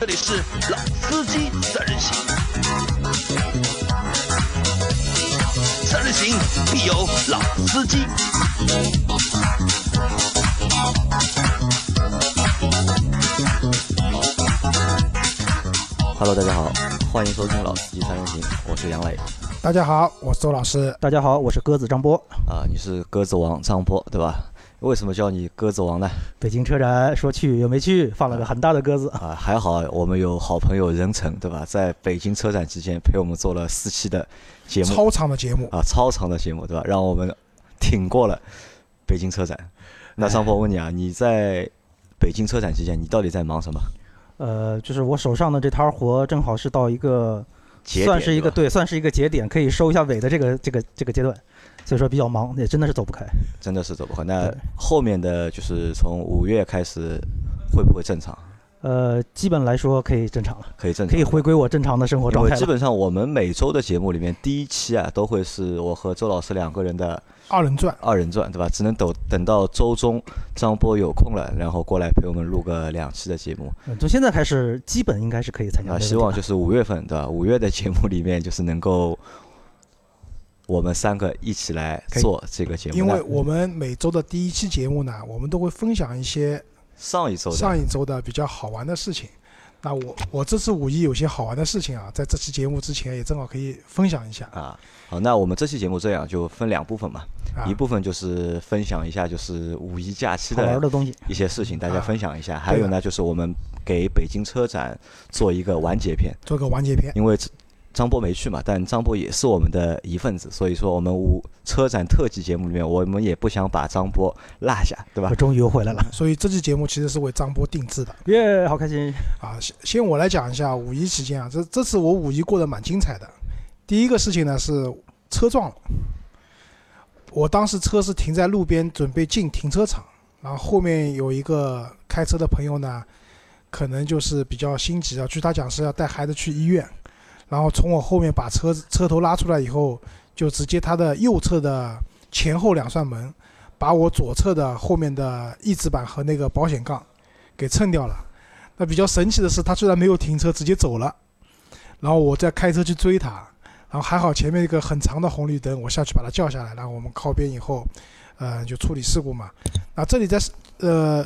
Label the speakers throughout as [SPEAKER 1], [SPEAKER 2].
[SPEAKER 1] 这里是老司机三人行，三人行必有老司机。
[SPEAKER 2] Hello，大家好，欢迎收听《老司机三人行》，我是杨磊。
[SPEAKER 3] 大家好，我是周老师。
[SPEAKER 4] 大家好，我是鸽子张波。
[SPEAKER 2] 啊、你是鸽子王张波对吧？为什么叫你鸽子王呢？
[SPEAKER 4] 北京车展说去又没去，放了个很大的 鸽子。
[SPEAKER 2] 啊、还好我们有好朋友任晨对吧？在北京车展之前陪我们做了四期的节目
[SPEAKER 3] 超长的节目，
[SPEAKER 2] 啊、超长的节目对吧？让我们挺过了北京车展。那张波
[SPEAKER 4] 哎
[SPEAKER 2] 我问你啊，你在北京车展期间，你到底在忙什么？
[SPEAKER 4] 呃，就是我手上的这摊活正好是到一个
[SPEAKER 2] 节点
[SPEAKER 4] 算是一个
[SPEAKER 2] 对吧
[SPEAKER 4] 对，算是一个节点，可以收一下尾的这个这个这个阶段，所以说比较忙，也真的是走不开。
[SPEAKER 2] 真的是走不开。那
[SPEAKER 4] 对
[SPEAKER 2] 后面的就是从五月开始，会不会正常？
[SPEAKER 4] 呃，基本来说可以正常了，
[SPEAKER 2] 可以正常，
[SPEAKER 4] 可以回归我正常的生活
[SPEAKER 2] 因
[SPEAKER 4] 状
[SPEAKER 2] 为
[SPEAKER 4] 态
[SPEAKER 2] 基
[SPEAKER 4] 了。
[SPEAKER 2] 本上我们每周的节目里面，第一期啊都会是我和周老师两个人的
[SPEAKER 3] 二人转，
[SPEAKER 2] 二人转，对吧？只能等等到周中张波有空了，然后过来陪我们录个两期的节目。
[SPEAKER 4] 嗯从现在开始，基本应该是可
[SPEAKER 3] 嗯
[SPEAKER 4] 以参加
[SPEAKER 2] 啊，
[SPEAKER 4] 没问题吧。
[SPEAKER 2] 希望就是五月份，对吧？五月的节目里面就是能够我们三个一起来
[SPEAKER 4] 可以
[SPEAKER 2] 做这个节目。
[SPEAKER 3] 因为
[SPEAKER 2] 那
[SPEAKER 3] 我们每周的第一期节目呢，我们都会分享一些
[SPEAKER 2] 上一周的
[SPEAKER 3] 上一周的比较好玩的事情。那我我这次五一有些好玩的事情啊，在这期节目之前也正好可以分享一下
[SPEAKER 2] 啊，好，那我们这期节目这样就分两部分嘛，
[SPEAKER 3] 啊
[SPEAKER 2] 一。部分就是分享一下就是五一假期
[SPEAKER 4] 好
[SPEAKER 2] 的
[SPEAKER 4] 玩的东西，
[SPEAKER 2] 一些事情，大家
[SPEAKER 3] 啊
[SPEAKER 2] 分享一下。还有
[SPEAKER 3] 对
[SPEAKER 2] 呢，就是我们给北京车展做一个完结篇，
[SPEAKER 3] 做个完结篇，
[SPEAKER 2] 因为张波没去嘛，但张波也是我们的一份子，所以说我们五车展特辑节目里面，我们也不想把张波落下，对吧
[SPEAKER 4] 我？终于又 回来了，
[SPEAKER 3] 所以这期节目其实是为张波定制的
[SPEAKER 4] 耶，好开心！
[SPEAKER 3] 啊。先先我来讲一下五一期间啊，这这次我五一过得蛮精彩的。第一个事情呢是车撞了，我当时车是停在路边准备进停车场，然后后面有一个开车的朋友呢，可能就是比较心急啊，据他讲是要带孩子去医院，然后从我后面把车子车头拉出来以后，就直接他的右侧的前后两扇门，把我左侧的后面的翼子板和那个保险杠给蹭掉了。那比较神奇的是，他居然没有停车，直接走了。然后我再开车去追他，然后还好前面一个很长的红绿灯，我下去把他叫下来，然后我们靠边以后，呃，就处理事故嘛。那这里在呃，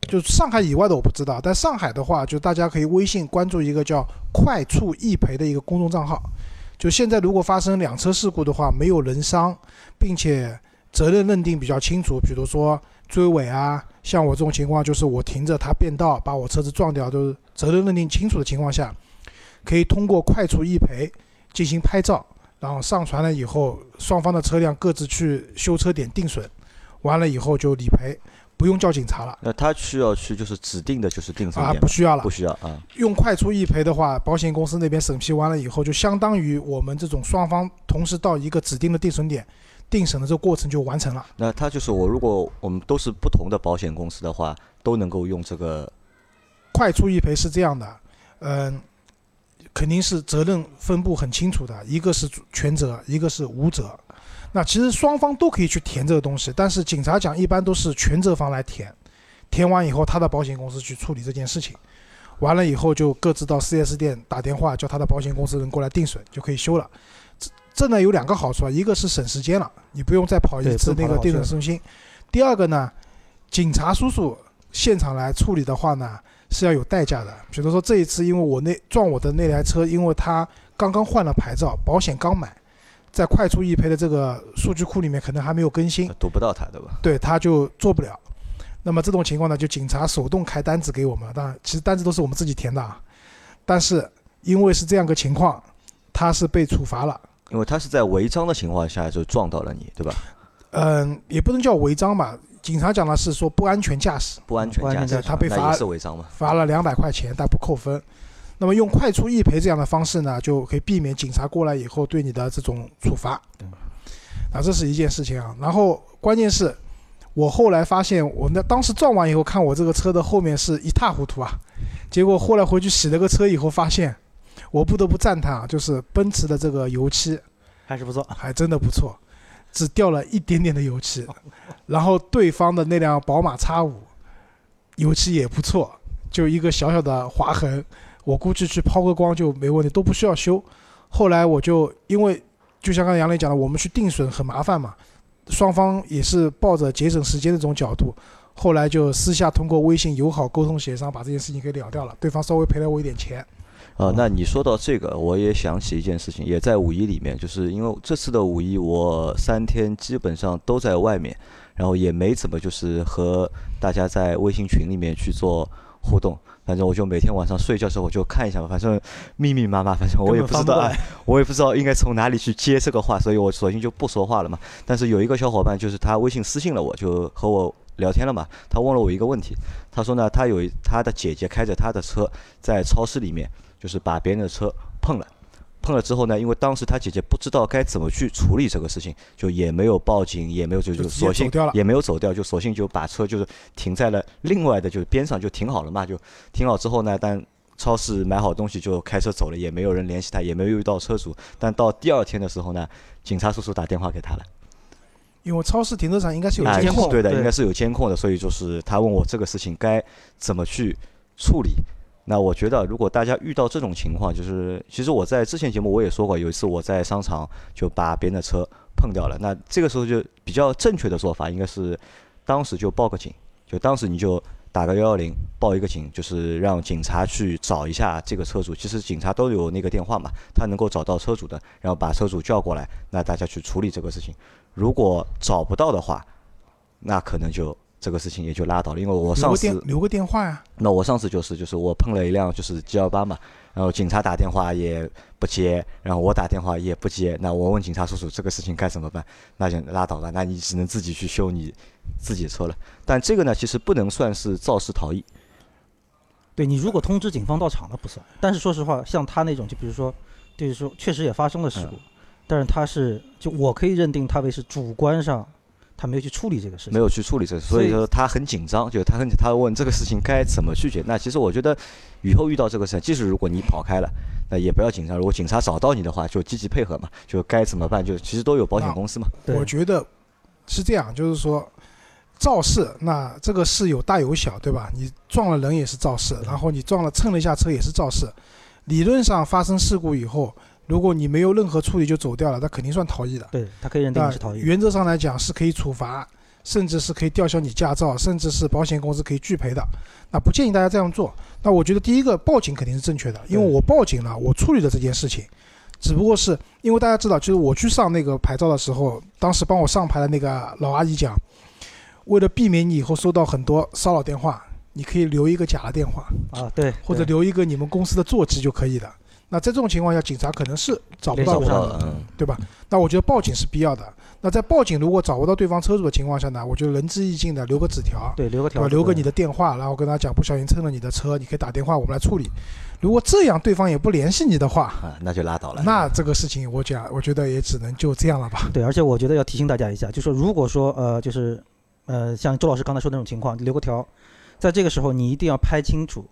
[SPEAKER 3] 就上海以外的我不知道，但上海的话，就大家可以微信关注一个叫“快速易赔”的一个公众账号。就现在如果发生两车事故的话，没有人伤，并且责任认定比较清楚，比如说追尾啊，像我这种情况，就是我停着他变道把我车子撞掉，就是责任认定清楚的情况下，可以通过快速易赔进行拍照，然后上传了以后，双方的车辆各自去修车点定损，完了以后就理赔，不用叫警察了
[SPEAKER 2] 那他需要去就是指定的就是定损
[SPEAKER 3] 啊，
[SPEAKER 2] 点
[SPEAKER 3] 不，需要了
[SPEAKER 2] 不。需要啊。
[SPEAKER 3] 用快速易赔的话，保险公司那边审批完了以后，就相当于我们这种双方同时到一个指定的定损点，定损的这个过程就完成了。
[SPEAKER 2] 那他就是我，如果我们都是不同的保险公司的话，都能够用这个
[SPEAKER 3] 快速易赔是这样的，嗯、肯定是责任分布很清楚的，一个是全责，一个是无责。那其实双方都可以去填这个东西，但是警察讲一般都是全责方来填，填完以后他的保险公司去处理这件事情，完了以后就各自到 4S 店打电话叫他的保险公司人过来定损就可以修了。这这呢有两个好处啊，一个是省时间了，你不用再跑一
[SPEAKER 4] 对
[SPEAKER 3] 次
[SPEAKER 4] 不
[SPEAKER 3] 那个
[SPEAKER 4] 用跑来跑
[SPEAKER 3] 定
[SPEAKER 4] 去
[SPEAKER 3] 损中心；第二个呢，警察叔叔现场来处理的话呢，是要有代价的。比如说这一次，因为我那撞我的那台车，因为它刚刚换了牌照，保险刚买，在快速易赔的这个数据库里面可能还没有更新，
[SPEAKER 2] 呃堵不到他，对吧？
[SPEAKER 3] 对他就做不了。那么这种情况呢，就警察手动开单子给我们，当然其实单子都是我们自己填的啊。但是因为是这样个情况，他是被处罚了。
[SPEAKER 2] 因为他是在违章的情况下就撞到了你，对吧？
[SPEAKER 3] 嗯，也不能叫违章吧，警察讲的是说不安全驾驶。
[SPEAKER 2] 不安全
[SPEAKER 4] 不安
[SPEAKER 2] 驾
[SPEAKER 4] 全
[SPEAKER 2] 驶
[SPEAKER 4] 驾驶
[SPEAKER 3] 他被
[SPEAKER 2] 那
[SPEAKER 3] 罚
[SPEAKER 2] 也是违章嘛？
[SPEAKER 3] 罚了两百块钱，但不扣分。那么用快速易赔这样的方式呢，就可以避免警察过来以后对你的这种处罚。啊，这是一件事情啊。然后关键是，我后来发现，我那当时撞完以后，看我这个车的后面是一塌糊涂啊。结果后来回去洗了个车以后，发现我不得不赞叹啊，就是奔驰的这个油漆
[SPEAKER 4] 还是不错。
[SPEAKER 3] 还真的不错，只掉了一点点的油漆，然后对方的那辆宝马 X 五油漆也不错，就一个小小的划痕，我估计去抛个光就没问题，都不需要修。后来我就因为就像刚才杨磊讲的，我们去定损很麻烦嘛，双方也是抱着节省时间的这种角度，后来就私下通过微信友好沟通协商把这件事情给了掉了，对方稍微赔了我一点钱。
[SPEAKER 2] 啊，那你说到这个，我也想起一件事情，也在五一里面，就是因为这次的五一，我三天基本上都在外面，然后也没怎么就是和大家在微信群里面去做互动。反正我就每天晚上睡觉的时候，我就看一下吧，反正密密麻麻，反正我也
[SPEAKER 4] 根本
[SPEAKER 2] 不
[SPEAKER 4] 翻
[SPEAKER 2] 知
[SPEAKER 4] 不
[SPEAKER 2] 道，
[SPEAKER 4] 过
[SPEAKER 2] 哎
[SPEAKER 4] 来，
[SPEAKER 2] 我也不知道应该从哪里去接这个话，所以我索性就不说话了嘛。但是有一个小伙伴，就是他微信私信了我，就和我聊天了嘛。他问了我一个问题，他说呢，他有一他的姐姐开着他的车在超市里面，就是把别人的车碰了。碰了之后呢，因为当时他姐姐不知道该怎么去处理这个事情，就也没有报警，也没有就
[SPEAKER 3] 就
[SPEAKER 2] 就
[SPEAKER 3] 直接
[SPEAKER 2] 索性
[SPEAKER 3] 走掉了
[SPEAKER 2] 也没有走掉，就索性就把车就是停在了另外的就是边上就停好了嘛，就停好之后呢，但超市买好东西就开车走了，也没有人联系他，也没有遇到车主。但到第二天的时候呢，警察叔叔打电话给他了，
[SPEAKER 3] 因为超市停车场应该是有
[SPEAKER 2] 啊
[SPEAKER 3] 监控的，
[SPEAKER 2] 对的，
[SPEAKER 4] 对
[SPEAKER 2] 应该是有监控的，所以就是他问我这个事情该怎么去处理。那我觉得，如果大家遇到这种情况，就是其实我在之前节目我也说过，有一次我在商场就把别人的车碰掉了。那这个时候就比较正确的做法应该是，当时就报个警，就当时你就打个幺幺零报一个警，就是让警察去找一下这个车主。其实警察都有那个电话嘛，他能够找到车主的，然后把车主叫过来，那大家去处理这个事情。如果找不到的话，那可能就这个事情也就拉倒了，因为我
[SPEAKER 3] 留
[SPEAKER 2] 上
[SPEAKER 3] 个
[SPEAKER 2] 次
[SPEAKER 3] 电留个电话呀、
[SPEAKER 2] 那我上次就是就是我碰了一辆就是 G 幺八嘛，然后警察打电话也不接，然后我打电话也不接，那我问警察叔叔这个事情该怎么办，那就拉倒吧，那你只能自己去修你自己的车了。但这个呢，其实不能算是肇事逃逸，
[SPEAKER 4] 对你如果通知警方到场了不算，但是说实话，像他那种，就比如说，就是说确实也发生了事故，
[SPEAKER 3] 嗯
[SPEAKER 4] 但是他是就我可以认定他为是主观上他没有去处理这个事情，
[SPEAKER 2] 没有去处理这个，所以
[SPEAKER 4] 所以
[SPEAKER 2] 说他很紧张，就他很他问这个事情该怎么去解。那其实我觉得以后遇到这个事情，即使如果你跑开了，那也不要紧张，如果警察找到你的话，就积极配合嘛，就该怎么办，就其实都有保险公司嘛。
[SPEAKER 4] 对
[SPEAKER 3] 我觉得是这样，就是说肇事，那这个事有大有小，对吧？你撞了人也是肇事，然后你撞了蹭了一下车也是肇事。理论上发生事故以后，如果你没有任何处理就走掉了，那肯定算逃逸的。
[SPEAKER 4] 对他可以认定
[SPEAKER 3] 那
[SPEAKER 4] 你是逃逸。
[SPEAKER 3] 原则上来讲是可以处罚，甚至是可以吊销你驾照，甚至是保险公司可以拒赔的。那不建议大家这样做。那我觉得第一个报警肯定是正确的，因为
[SPEAKER 4] 对
[SPEAKER 3] 我报警了，我处理了这件事情，只不过是因为大家知道，就是我去上那个牌照的时候，当时帮我上牌的那个老阿姨讲，为了避免你以后收到很多骚扰电话，你可以留一个假的电话。
[SPEAKER 4] 啊，对，
[SPEAKER 3] 或者
[SPEAKER 4] 对
[SPEAKER 3] 留一个你们公司的座机就可以了。那在这种情况下，警察可能是找不
[SPEAKER 4] 联
[SPEAKER 2] 找
[SPEAKER 3] 到
[SPEAKER 4] 系不
[SPEAKER 2] 不
[SPEAKER 3] 人
[SPEAKER 4] 上
[SPEAKER 2] 到
[SPEAKER 3] 的
[SPEAKER 4] 你，
[SPEAKER 2] 了，嗯，
[SPEAKER 3] 对吧？那我觉得报警是必要的。那在报警如果找不到对方车主的情况下呢，我觉得仁至义尽的留个纸条，
[SPEAKER 4] 对留个
[SPEAKER 3] 对
[SPEAKER 4] 条
[SPEAKER 3] 吧？
[SPEAKER 4] 子，
[SPEAKER 3] 留个你
[SPEAKER 4] 的
[SPEAKER 3] 的电话，然后跟他讲不小心蹭了你的车，你可以打电话我们来处理。如果这样对方也不联系你的话，
[SPEAKER 2] 啊，那就拉倒了。
[SPEAKER 3] 那这个事情我讲，我觉得也只能就这样了吧。
[SPEAKER 4] 对，而且我觉得要提醒大家一下，就说如果说呃，就是呃，像周老师刚才说的那种情况，留个条，在这个时候你一定要拍清楚，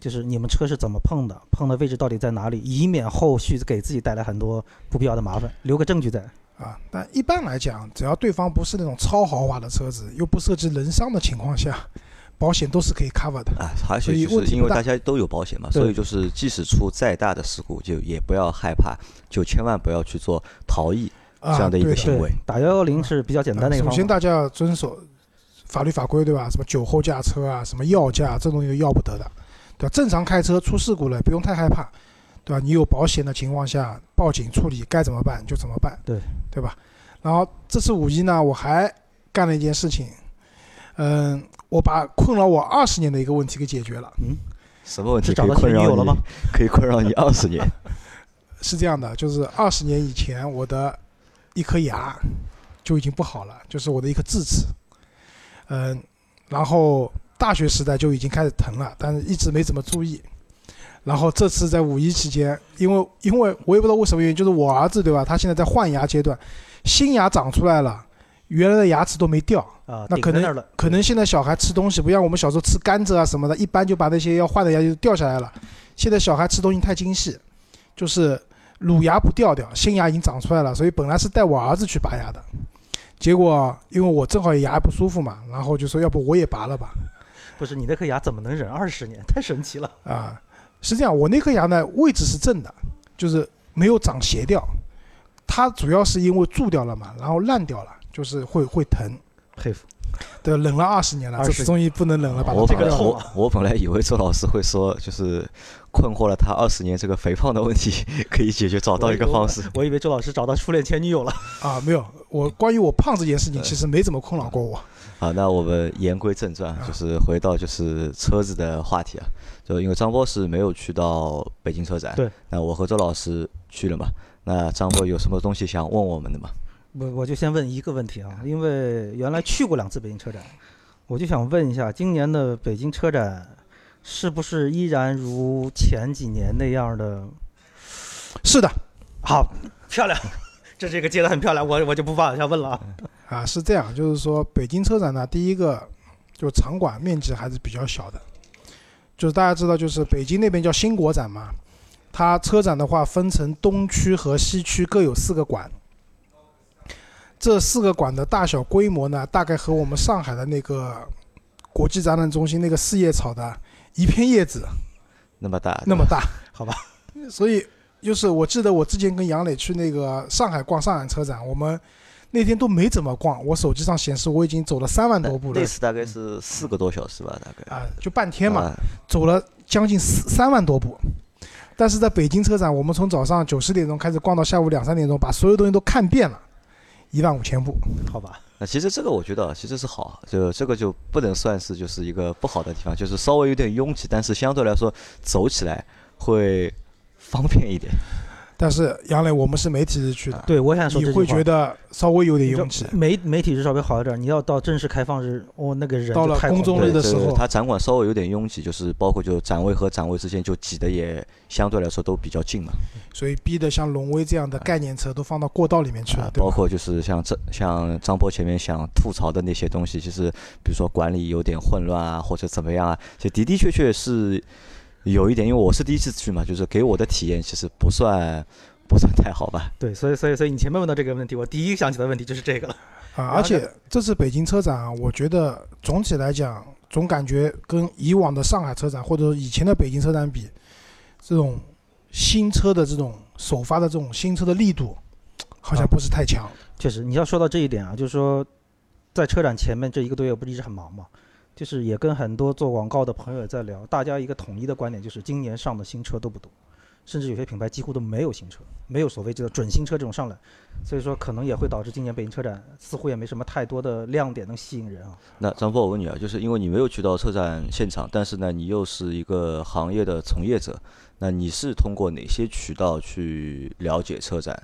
[SPEAKER 4] 就是你们车是怎么碰的，碰的位置到底在哪里，以免后续给自己带来很多不必要的麻烦，留个证据在。
[SPEAKER 3] 啊，但一般来讲，只要对方不是那种超豪华的车子，又不涉及人伤的情况下，保险都是可以 cover 的。
[SPEAKER 2] 啊，而
[SPEAKER 3] 所
[SPEAKER 2] 且
[SPEAKER 3] 以
[SPEAKER 2] 就
[SPEAKER 3] 问
[SPEAKER 2] 是
[SPEAKER 3] 题
[SPEAKER 2] 因
[SPEAKER 3] 不
[SPEAKER 2] 为
[SPEAKER 3] 大
[SPEAKER 2] 大家都有保险嘛，
[SPEAKER 4] 对
[SPEAKER 2] 所以就是即使出再大的事故，就也不要害怕，就千万不要去做逃逸
[SPEAKER 3] 啊，
[SPEAKER 2] 这样的一
[SPEAKER 3] 对
[SPEAKER 2] 个
[SPEAKER 3] 的
[SPEAKER 2] 行为。
[SPEAKER 4] 打幺幺零是比较简单的一个
[SPEAKER 3] 啊首
[SPEAKER 4] 方
[SPEAKER 3] 先，
[SPEAKER 4] 法。
[SPEAKER 3] 大家要遵守法律法规，对吧？什么酒后驾车啊，什么药驾，这东西都要不得的，对吧？正常开车出事故了，不用太害怕，对吧？你有保险的情况下，报警处理该怎么办就怎么办，
[SPEAKER 4] 对
[SPEAKER 3] 对吧？然后这次五一呢，我还干了一件事情，嗯，我把困扰我二十年的一个问题给解决了。
[SPEAKER 2] 什么问题
[SPEAKER 4] 是找
[SPEAKER 2] 可以
[SPEAKER 4] 到前
[SPEAKER 2] 困
[SPEAKER 4] 女
[SPEAKER 2] 扰
[SPEAKER 4] 友了
[SPEAKER 2] 你
[SPEAKER 4] 吗？
[SPEAKER 2] 可以困扰你二十 年
[SPEAKER 3] 是这样的，就是二十年以前，我的一颗牙就已经不好了，就是我的一颗智齿，嗯，然后大学时代就已经开始疼了，但是一直没怎么注意。然后这次在五一期间，因为因为我也不知道为什么原因，就是我儿子对吧，他现在在换牙阶段，新牙长出来了，原来的牙齿都没掉，
[SPEAKER 4] 啊，
[SPEAKER 3] 那
[SPEAKER 4] 顶
[SPEAKER 3] 可
[SPEAKER 4] 在
[SPEAKER 3] 能
[SPEAKER 4] 那儿了，
[SPEAKER 3] 可能现在小孩吃东西不像我们小时候吃甘蔗啊什么的，一般就把那些要坏的牙就掉下来了。现在小孩吃东西太精细，就是乳牙不掉掉，新牙已经长出来了，所以本来是带我儿子去拔牙的，结果因为我正好也牙不舒服嘛，然后就说要不我也拔了吧。
[SPEAKER 4] 不是你那颗牙怎么能忍二十年？ 太神奇了！
[SPEAKER 3] 啊，是这样，我那颗牙呢位置是正的，就是没有长斜掉，它主要是因为蛀掉了嘛，然后烂掉了，就是会会疼。
[SPEAKER 4] 佩服。
[SPEAKER 3] 对，忍了二十年了，这
[SPEAKER 4] 20
[SPEAKER 3] 次终于不能忍了，把它
[SPEAKER 2] 我
[SPEAKER 3] 拔
[SPEAKER 2] 本来
[SPEAKER 3] 掉了。
[SPEAKER 4] 痛
[SPEAKER 2] 我
[SPEAKER 4] 啊
[SPEAKER 2] 我本来以为周老师会说，就是困惑了他二十年这个肥胖的问题 可以解决，找到一个方式。
[SPEAKER 4] 我以为周老师找到初恋前女友了。
[SPEAKER 3] 啊，没有，我关于我胖这件事情，其实没怎么困扰过我。
[SPEAKER 2] 好，那我们言归正传，就是回到就是车子的话题啊，就因为张波是没有去到北京车展，
[SPEAKER 4] 对，
[SPEAKER 2] 那我和周老师去了嘛，那张波有什么东西想问我们的吗？
[SPEAKER 4] 我我就先问一个问题啊，因为原来去过两次北京车展，我就想问一下，今年的北京车展是不是依然如前几年那样的
[SPEAKER 3] 是的，
[SPEAKER 4] 好漂亮？ 这这个接的很漂亮，我我就不往下问了啊。
[SPEAKER 3] 啊，是这样，就是说北京车展呢，第一个就场馆面积还是比较小的，就是大家知道，就是北京那边叫新国展嘛，它车展的话分成东区和西区各有四个馆，这四个馆的大小规模呢，大概和我们上海的那个国际展览中心那个四叶草的一片叶子
[SPEAKER 2] 那么大，
[SPEAKER 3] 那么大，
[SPEAKER 4] 好吧？
[SPEAKER 3] 所以就是我记得我之前跟杨磊去那个上海逛上海车展，我们那天都没怎么逛，我手机上显示我已经走了三万
[SPEAKER 2] 那
[SPEAKER 3] 多步了
[SPEAKER 2] 那次大概是四个多小时吧，大概。
[SPEAKER 3] 啊、就半天嘛，
[SPEAKER 2] 啊
[SPEAKER 3] 走了将近四三万多步。但是在北京车展，我们从早上九十点钟开始逛到下午两三点钟，把所有东西都看遍了，一万五千步。
[SPEAKER 4] 嗯好吧，
[SPEAKER 2] 那其实这个我觉得啊其实是好，就这个就不能算是就是一个不好的地方，就是稍微有点拥挤，但是相对来说走起来会方便一点。
[SPEAKER 3] 但是杨磊，我们是媒体日去的，
[SPEAKER 4] 对，我想啊说
[SPEAKER 3] 你
[SPEAKER 4] 这句
[SPEAKER 3] 会
[SPEAKER 4] 话
[SPEAKER 3] 觉得稍微有点
[SPEAKER 4] 你知道
[SPEAKER 3] 拥挤。
[SPEAKER 4] 媒媒体是稍微好一点，你要到正式开放日，哦，那个人
[SPEAKER 3] 到
[SPEAKER 4] 就
[SPEAKER 3] 了
[SPEAKER 4] 太恐
[SPEAKER 3] 公众
[SPEAKER 4] 怖
[SPEAKER 3] 日
[SPEAKER 4] 了
[SPEAKER 3] 的
[SPEAKER 2] 对
[SPEAKER 3] 时
[SPEAKER 2] 就是
[SPEAKER 3] 候
[SPEAKER 2] 它展馆稍微有点拥挤，就是包括就展位和展位之间就挤得也相对来说都比较近嘛，
[SPEAKER 3] 所以逼得像龙威这样的概念车都放到过道里面去了，
[SPEAKER 2] 啊
[SPEAKER 3] 对
[SPEAKER 2] 包
[SPEAKER 3] 吧？
[SPEAKER 2] 括就是像这像张波前面想吐槽的那些东西，就是比如说管理有点混乱啊，或者怎么样啊，就的的确确是有一点，因为我是第一次去嘛，就是给我的体验其实不算不算太好吧。
[SPEAKER 4] 对，所以所以所以你前面问到这个问题，我第一个想起的问题就是这个了。
[SPEAKER 3] 啊，
[SPEAKER 4] 然后
[SPEAKER 3] 而且这次北京车展啊，我觉得总体来讲，总感觉跟以往的上海车展或者说以前的北京车展比，这种新车的这种首发的这种新车的力度，
[SPEAKER 4] 啊
[SPEAKER 3] 好像不是太强。
[SPEAKER 4] 确实，你要说到这一点啊，就是说，在车展前面这一个多月，不是一直很忙嘛？就是也跟很多做广告的朋友也在聊，大家一个统一的观点就是，今年上的新车都不多，甚至有些品牌几乎都没有新车，没有所谓这个准新车这种上来，所以说可能也会导致今年北京车展似乎也没什么太多的亮点能吸引人啊。
[SPEAKER 2] 那张波，我问你啊，就是因为你没有去到车展现场，但是呢，你又是一个行业的从业者，那你是通过哪些渠道去了解车展？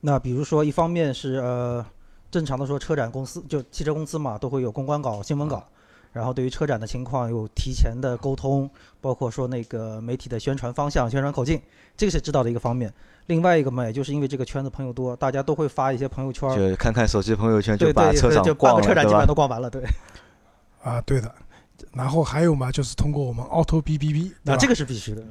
[SPEAKER 4] 那比如说，一方面是呃，正常的说，车展公司就汽车公司嘛，都会有公关稿、新闻
[SPEAKER 2] 啊
[SPEAKER 4] 稿，然后对于车展的情况有提前的沟通，包括说那个媒体的宣传方向、宣传口径，这个是知道的一个方面。另外一个嘛，也就是因为这个圈子朋友多，大家都会发一些朋友圈儿，
[SPEAKER 2] 就看看手机朋友圈，
[SPEAKER 4] 对
[SPEAKER 2] 把
[SPEAKER 4] 对
[SPEAKER 2] 车
[SPEAKER 4] 对，
[SPEAKER 2] 展
[SPEAKER 4] 就半
[SPEAKER 2] 逛
[SPEAKER 4] 个车
[SPEAKER 2] 了，
[SPEAKER 4] 展
[SPEAKER 2] 对
[SPEAKER 4] 基本上
[SPEAKER 2] 吧？
[SPEAKER 4] 都逛完了，对。
[SPEAKER 3] 啊，对的。然后还有嘛，就是通过我们 Auto B B B，
[SPEAKER 4] 那
[SPEAKER 3] 对吧
[SPEAKER 4] 这个是必须的。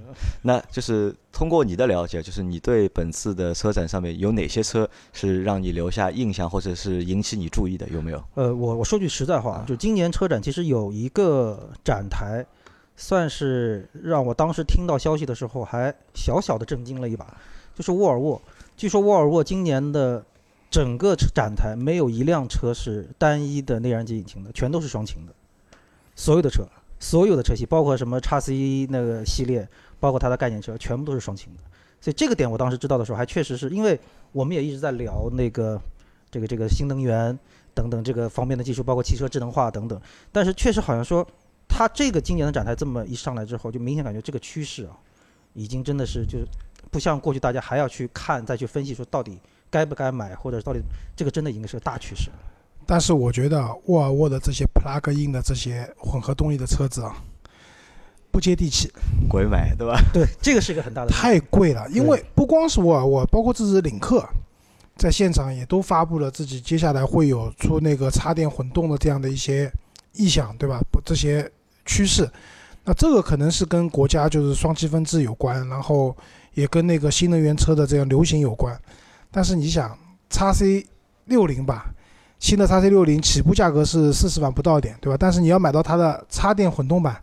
[SPEAKER 2] 那就是通过你的了解，就是你对本次的车展上面有哪些车是让你留下印象，或者是引起你注意的，有没有？
[SPEAKER 4] 呃，我我说句实在话
[SPEAKER 2] 啊，
[SPEAKER 4] 就今年车展其实有一个展台，算是让我当时听到消息的时候还小小的震惊了一把，就是沃尔沃。据说沃尔沃今年的整个车展台没有一辆车是单一的内燃机引擎的，全都是双擎的，所有的车，所有的车系，包括什么叉 C 那个系列，包括它的概念车，全部都是双擎的。所以这个点我当时知道的时候，还确实是因为我们也一直在聊那个这个这个新能源等等这个方面的技术，包括汽车智能化等等。但是确实好像说，它这个今年的展台这么一上来之后，就明显感觉这个趋势啊，已经真的是就是不像过去大家还要去看再去分析说到底该不该买，或者到底这个真的已经是个大趋势了。
[SPEAKER 3] 但是我觉得啊沃尔沃的这些 plug in 的这些混合动力的车子啊，不接地气，
[SPEAKER 2] 鬼买，对吧？
[SPEAKER 4] 对， 这个是一个很大的问题
[SPEAKER 3] 太贵了。因
[SPEAKER 4] 对
[SPEAKER 3] 为不光是沃尔沃，包括这次领克，在现场也都发布了自己接下来会有出那个插电混动的这样的一些意向，对吧？不，这些趋势，那这个可能是跟国家就是双积分制有关，然后也跟那个新能源车的这样流行有关。但是你想，x C 六零吧，新的叉 C 六零起步价格是四十万不到一点，对吧？但是你要买到它的插电混动版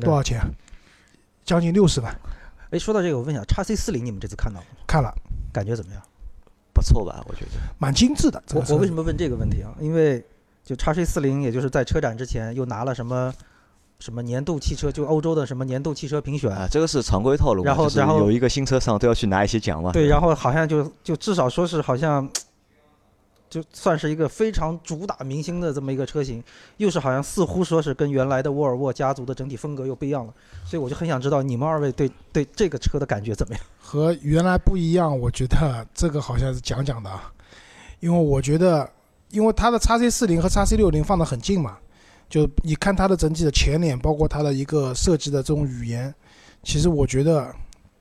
[SPEAKER 3] 多少钱啊？将近六十万，
[SPEAKER 4] 嗯哎，说到这个，我问一下，叉 C 四零你们这次看到了吗？
[SPEAKER 3] 看了
[SPEAKER 4] 感觉怎么样？
[SPEAKER 2] 不错吧？我觉得
[SPEAKER 3] 蛮精致的。这
[SPEAKER 4] 我
[SPEAKER 3] 个车
[SPEAKER 4] 我为
[SPEAKER 3] 子
[SPEAKER 4] 什么问这个问题啊？因为就叉 C 四零，也就是在车展之前又拿了什么什么年度汽车，就欧洲的什么年度汽车评选，
[SPEAKER 2] 啊，这个是常规套路嘛，
[SPEAKER 4] 然后
[SPEAKER 2] 就是
[SPEAKER 4] 然后
[SPEAKER 2] 有一个新车上都要去拿一些奖嘛。
[SPEAKER 4] 对，
[SPEAKER 2] 吧
[SPEAKER 4] 然后好像就就至少说是好像，就算是一个非常主打明星的这么一个车型，又是好像似乎说是跟原来的沃尔沃家族的整体风格又不一样了，所以我就很想知道你们二位对对这个车的感觉怎么样？
[SPEAKER 3] 和原来不一样，我觉得这个好像是讲讲的啊，因为我觉得，因为它的叉 C 四零和叉 C 六零放得很近嘛，就你看它的整体的前脸，包括它的一个设计的这种语言，其实我觉得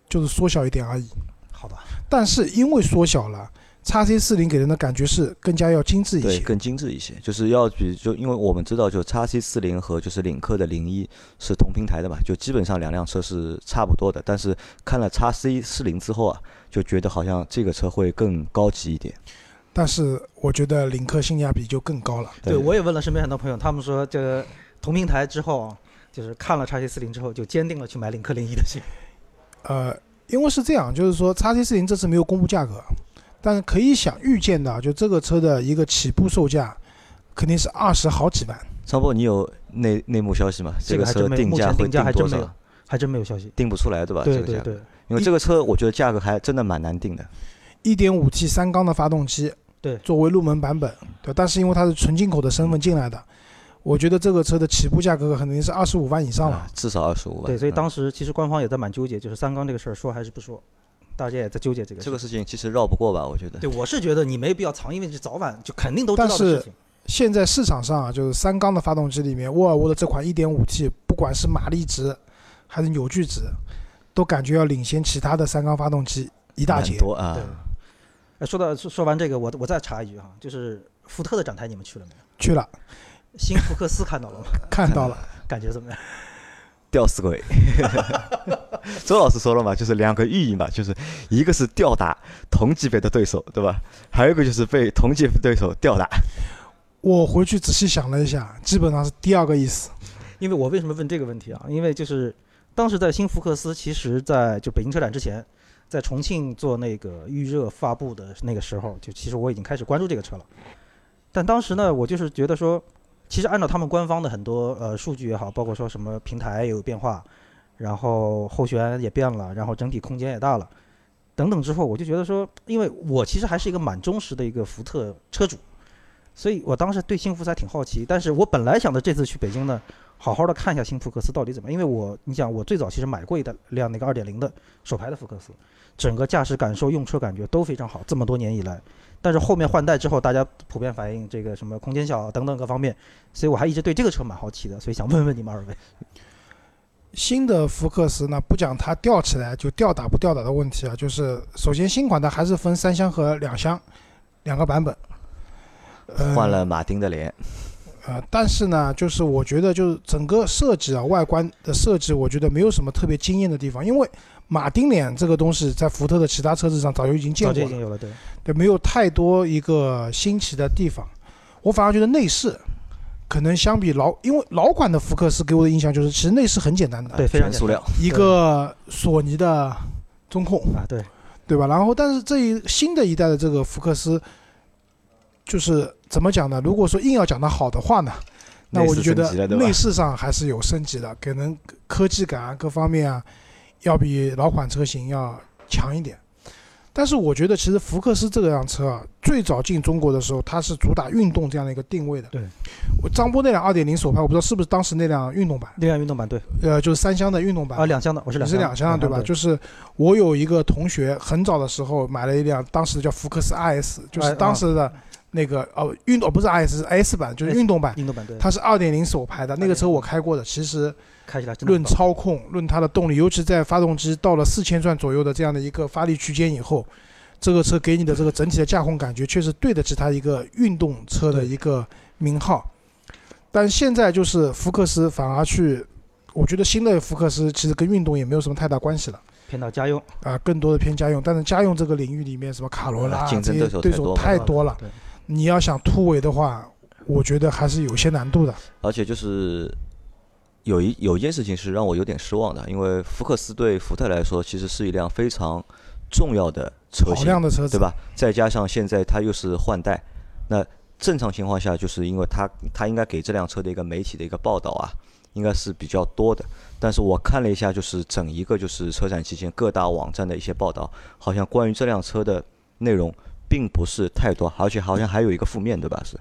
[SPEAKER 3] 就是缩小一点而已。
[SPEAKER 4] 好吧，
[SPEAKER 3] 但是因为缩小了，叉 C 四零给人的感觉是更加要精致一
[SPEAKER 2] 对，
[SPEAKER 3] 些。
[SPEAKER 2] 更精致一些，就是要比就因为我们知道，就叉 C 四零和就是领克的零一是同平台的嘛，就基本上两辆车是差不多的。但是看了叉 C 四零之后啊，就觉得好像这个车会更高级一点。
[SPEAKER 3] 但是我觉得领克性价比就更高了。
[SPEAKER 4] 对我也问了身边很多朋友，他们说这个同平台之后啊，就是看了叉 C 四零之后，就坚定了去买领克零一的心。
[SPEAKER 3] 呃，因为是这样，就是说叉 C 四零这次没有公布价格，但是可以想预见的啊，就这个车的一个起步售价肯定是二十好几万。
[SPEAKER 2] 张波，你有内内幕消息吗？
[SPEAKER 4] 这
[SPEAKER 2] 个
[SPEAKER 4] 个还
[SPEAKER 2] 车
[SPEAKER 4] 真没有目
[SPEAKER 2] 价
[SPEAKER 4] 前
[SPEAKER 2] 会
[SPEAKER 4] 定价还
[SPEAKER 2] 多
[SPEAKER 4] 真没有
[SPEAKER 2] 少？
[SPEAKER 4] 还真没有消息。
[SPEAKER 2] 定不出来对吧？
[SPEAKER 4] 对
[SPEAKER 2] 这个
[SPEAKER 4] 对
[SPEAKER 2] 价格，
[SPEAKER 4] 对，
[SPEAKER 2] 因为这个车我觉得价格还真的蛮难定的。
[SPEAKER 3] 一点五 T 三缸的发动机，
[SPEAKER 4] 对
[SPEAKER 3] 作为入门版本，对，但是因为它是纯进口的身份进来的，我觉得这个车的起步价格肯定是二十五万以上了
[SPEAKER 2] 啊。至少二十五万。
[SPEAKER 4] 对，所以
[SPEAKER 2] 嗯
[SPEAKER 4] 当时其实官方也在蛮纠结，就是三缸这个事儿说还是不说，大家也在纠结这个事
[SPEAKER 2] 这
[SPEAKER 4] 儿。
[SPEAKER 2] 个事情其实绕不过吧？我觉得。
[SPEAKER 4] 对，我是觉得你没必要藏，因为这早晚就肯定都知道的
[SPEAKER 3] 但是
[SPEAKER 4] 事情。
[SPEAKER 3] 现在市场上啊，就是三缸的发动机里面，沃尔沃的这款 1.5T，不管是马力值还是扭矩值，都感觉要领先其他的三缸发动机一大截
[SPEAKER 2] 很。多啊
[SPEAKER 4] 对，呃说到说说完这个，我我再插一句哈，就是福特的展台你们去了没有？
[SPEAKER 3] 去了，
[SPEAKER 4] 新福克斯看到了吗？
[SPEAKER 3] 看到了，
[SPEAKER 4] 感觉怎么样？
[SPEAKER 2] 吊死鬼。 周老师说了嘛，就是两个寓意嘛，就是一个是吊打同级别的对手，对吧？还有一个就是被同级别对手吊打。
[SPEAKER 3] 我回去仔细想了一下，基本上是第二个意思。
[SPEAKER 4] 因为我为什么问这个问题啊？因为就是当时在新福克斯，其实在就北京车展之前，在重庆做那个预热发布的那个时候，就其实我已经开始关注这个车了。但当时呢，我就是觉得说，其实按照他们官方的很多呃数据也好，包括说什么平台也有变化，然后后悬也变了，然后整体空间也大了，等等之后，我就觉得说，因为我其实还是一个蛮忠实的一个福特车主，所以我当时对新福斯还挺好奇。但是我本来想着这次去北京呢，好好的看一下新福克斯到底怎么样，因为我你想我最早其实买过一辆那个二点零的手排的福克斯，整个驾驶感受、用车感觉都非常好，这么多年以来。但是后面换代之后，大家普遍反映这个什么空间小啊等等各方面，所以我还一直对这个车蛮好奇的，所以想问问你们二位。
[SPEAKER 3] 新的福克斯呢，不讲它吊起来就吊打不吊打的问题啊，就是首先新款它还是分三厢和两厢两个版本，呃、
[SPEAKER 2] 换了马丁的脸，
[SPEAKER 3] 呃，但是呢，就是我觉得就是整个设计啊，外观的设计，我觉得没有什么特别惊艳的地方，因为马丁脸这个东西在福特的其他车子上早就已经见
[SPEAKER 4] 早就
[SPEAKER 3] 过
[SPEAKER 4] 已
[SPEAKER 3] 了啊
[SPEAKER 4] 经，有了，对，
[SPEAKER 3] 对，没有太多一个新奇的地方。我反而觉得内饰可能相比老，因为老款的福克斯给我的印象就是，其实内饰很简单的，
[SPEAKER 4] 对非常
[SPEAKER 2] 啊全塑料，
[SPEAKER 3] 一个索尼的中控，
[SPEAKER 4] 啊，对，
[SPEAKER 3] 对吧？然后，但是这一新的一代的这个福克斯，就是怎么讲呢？如果说硬要讲它好的话呢，那
[SPEAKER 2] 内
[SPEAKER 3] 我
[SPEAKER 2] 饰
[SPEAKER 3] 就觉
[SPEAKER 2] 升
[SPEAKER 3] 得
[SPEAKER 2] 级了对吧
[SPEAKER 3] 内饰上还是有升级的，可能科技感啊各方面啊，要比老款车型要强一点。但是我觉得，其实福克斯这辆车啊，最早进中国的时候，它是主打运动这样的一个定位的。
[SPEAKER 4] 对，
[SPEAKER 3] 我张波那辆二点零手排，我不知道是不是当时那辆运动版，
[SPEAKER 4] 另外运动版对，
[SPEAKER 3] 呃，就是三厢的运动版
[SPEAKER 4] 啊，两厢的，我是
[SPEAKER 3] 你
[SPEAKER 4] 两
[SPEAKER 3] 是
[SPEAKER 4] 厢的，
[SPEAKER 3] 两厢的对吧？就是我有一个同学，很早的时候买了一辆，当时叫福克斯 RS，就是当时的那个哦，运动不是 RS 是 S 版，就是运动版，
[SPEAKER 4] 运动版对，
[SPEAKER 3] 它是2.0手排的那个车我开过的。其实
[SPEAKER 4] 开起来真的
[SPEAKER 3] 论
[SPEAKER 4] 很棒
[SPEAKER 3] 操控，论它的动力，尤其在发动机到了4000转左右的这样的一个发力区间以后，这个车给你的这个整体的驾控感觉，确实对得起它一个运动车的一个名号。但现在就是福克斯反而去，我觉得新的福克斯其实跟运动也没有什么太大关系了。
[SPEAKER 4] 偏到家用，
[SPEAKER 3] 啊、更多的偏家用，但是家用这个领域里面，什么卡罗拉啊
[SPEAKER 2] 竞
[SPEAKER 3] 这
[SPEAKER 2] 争
[SPEAKER 3] 些
[SPEAKER 2] 对手太
[SPEAKER 3] 对手
[SPEAKER 2] 多了
[SPEAKER 3] 太多了，
[SPEAKER 4] 对
[SPEAKER 3] 你要想突围的话，我觉得还是有些难度的。
[SPEAKER 2] 而且就是有一有一件事情是让我有点失望的，因为福克斯对福特来说其实是一辆非常重要的车
[SPEAKER 3] 跑
[SPEAKER 2] 型，
[SPEAKER 3] 量的车子，
[SPEAKER 2] 对？吧？再加上现在它又是换代，那正常情况下，就是因为它它应该给这辆车的一个媒体的一个报道啊，应该是比较多的。但是我看了一下，就是整一个就是车展期间各大网站的一些报道，好像关于这辆车的内容并不是太多，而且好像还有一个负面，对吧？是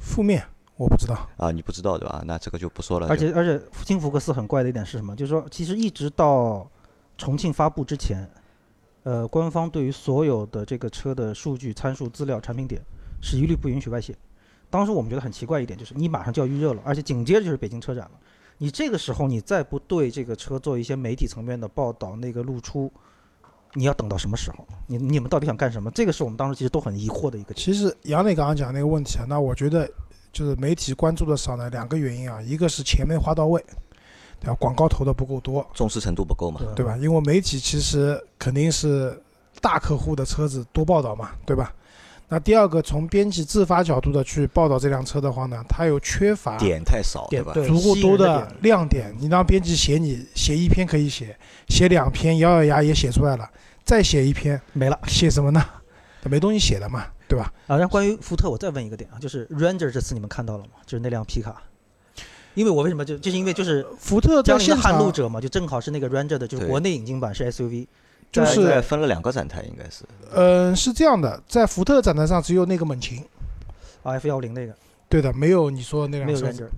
[SPEAKER 3] 负面我不知道，
[SPEAKER 2] 啊，你不知道对吧？那这个就不说了。
[SPEAKER 4] 而且而且新福克斯很怪的一点是什么？就是说，其实一直到重庆发布之前，呃，官方对于所有的这个车的数据、参数、资料、产品点是一律不允许外泄。当时我们觉得很奇怪一点，就是你马上就要预热了，而且紧接着就是北京车展了，你这个时候你再不对这个车做一些媒体层面的报道、那个露出，你要等到什么时候？你你们到底想干什么？这个是我们当时其实都很疑惑的一个点。
[SPEAKER 3] 其实杨磊刚刚讲那个问题啊，那我觉得就是媒体关注的少呢，两个原因啊，一个是钱没花到位，对吧？广告投的不够多，
[SPEAKER 2] 重视程度不够嘛？
[SPEAKER 3] 对吧？因为媒体其实肯定是大客户的车子多报道嘛，对吧？那第二个，从编辑自发角度的去报道这辆车的话呢，它又缺乏
[SPEAKER 2] 点太少，
[SPEAKER 4] 点
[SPEAKER 2] 吧？
[SPEAKER 4] 对
[SPEAKER 3] 足够
[SPEAKER 4] 吸引
[SPEAKER 3] 多
[SPEAKER 4] 人的
[SPEAKER 3] 的
[SPEAKER 4] 点
[SPEAKER 3] 亮点。你让编辑写你写一篇可以写，写两篇咬咬牙也写出来了，再写一篇
[SPEAKER 4] 没了。
[SPEAKER 3] 写什么呢？没东西写了嘛，对吧？
[SPEAKER 4] 啊，那关于福特，我再问一个点啊，就是 Ranger 这次你们看到了吗？就是那辆皮卡，因为我为什么就就是因为就是
[SPEAKER 3] 福特呃在
[SPEAKER 4] 江宁
[SPEAKER 3] 现
[SPEAKER 4] 的撼路
[SPEAKER 3] 场
[SPEAKER 4] 者嘛，就正好是那个 Ranger 的，就是
[SPEAKER 2] 对
[SPEAKER 4] 国内引进版是 SUV，
[SPEAKER 3] 就
[SPEAKER 4] 在
[SPEAKER 3] 是
[SPEAKER 2] 在分了两个展台，应该是
[SPEAKER 3] 嗯、是这样的，在福特展台上只有那个猛禽，
[SPEAKER 4] 啊 F 幺零那个
[SPEAKER 3] 对的，没有你说的那
[SPEAKER 4] 没
[SPEAKER 3] 辆
[SPEAKER 4] 有
[SPEAKER 3] 车子
[SPEAKER 4] Ranger，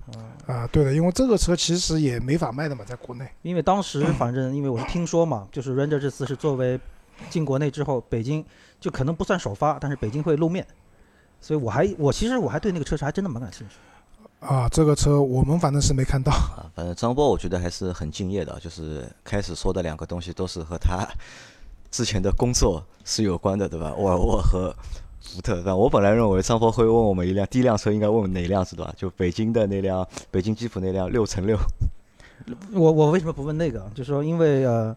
[SPEAKER 4] 嗯，
[SPEAKER 3] 啊、对的，因为这个车其实也没法卖的嘛，在国内，
[SPEAKER 4] 因为当时反正因为我是听说嘛，就是 Ranger 这次是作为进国内之后，北京就可能不算首发，但是北京会露面，所以我还我其实我还对那个车是还真的蛮感兴趣的。
[SPEAKER 3] 啊，这个车我们反正是没看到，
[SPEAKER 2] 啊，反正张波我觉得还是很敬业的，就是开始说的两个东西都是和他之前的工作是有关的，对 吧？沃尔沃和福特。但我本来认为张波会问我们一辆第一辆车应该问哪辆是吧？就北京的那辆北京吉普那辆六乘 六
[SPEAKER 4] 我我为什么不问那个啊？就是说，因为呃，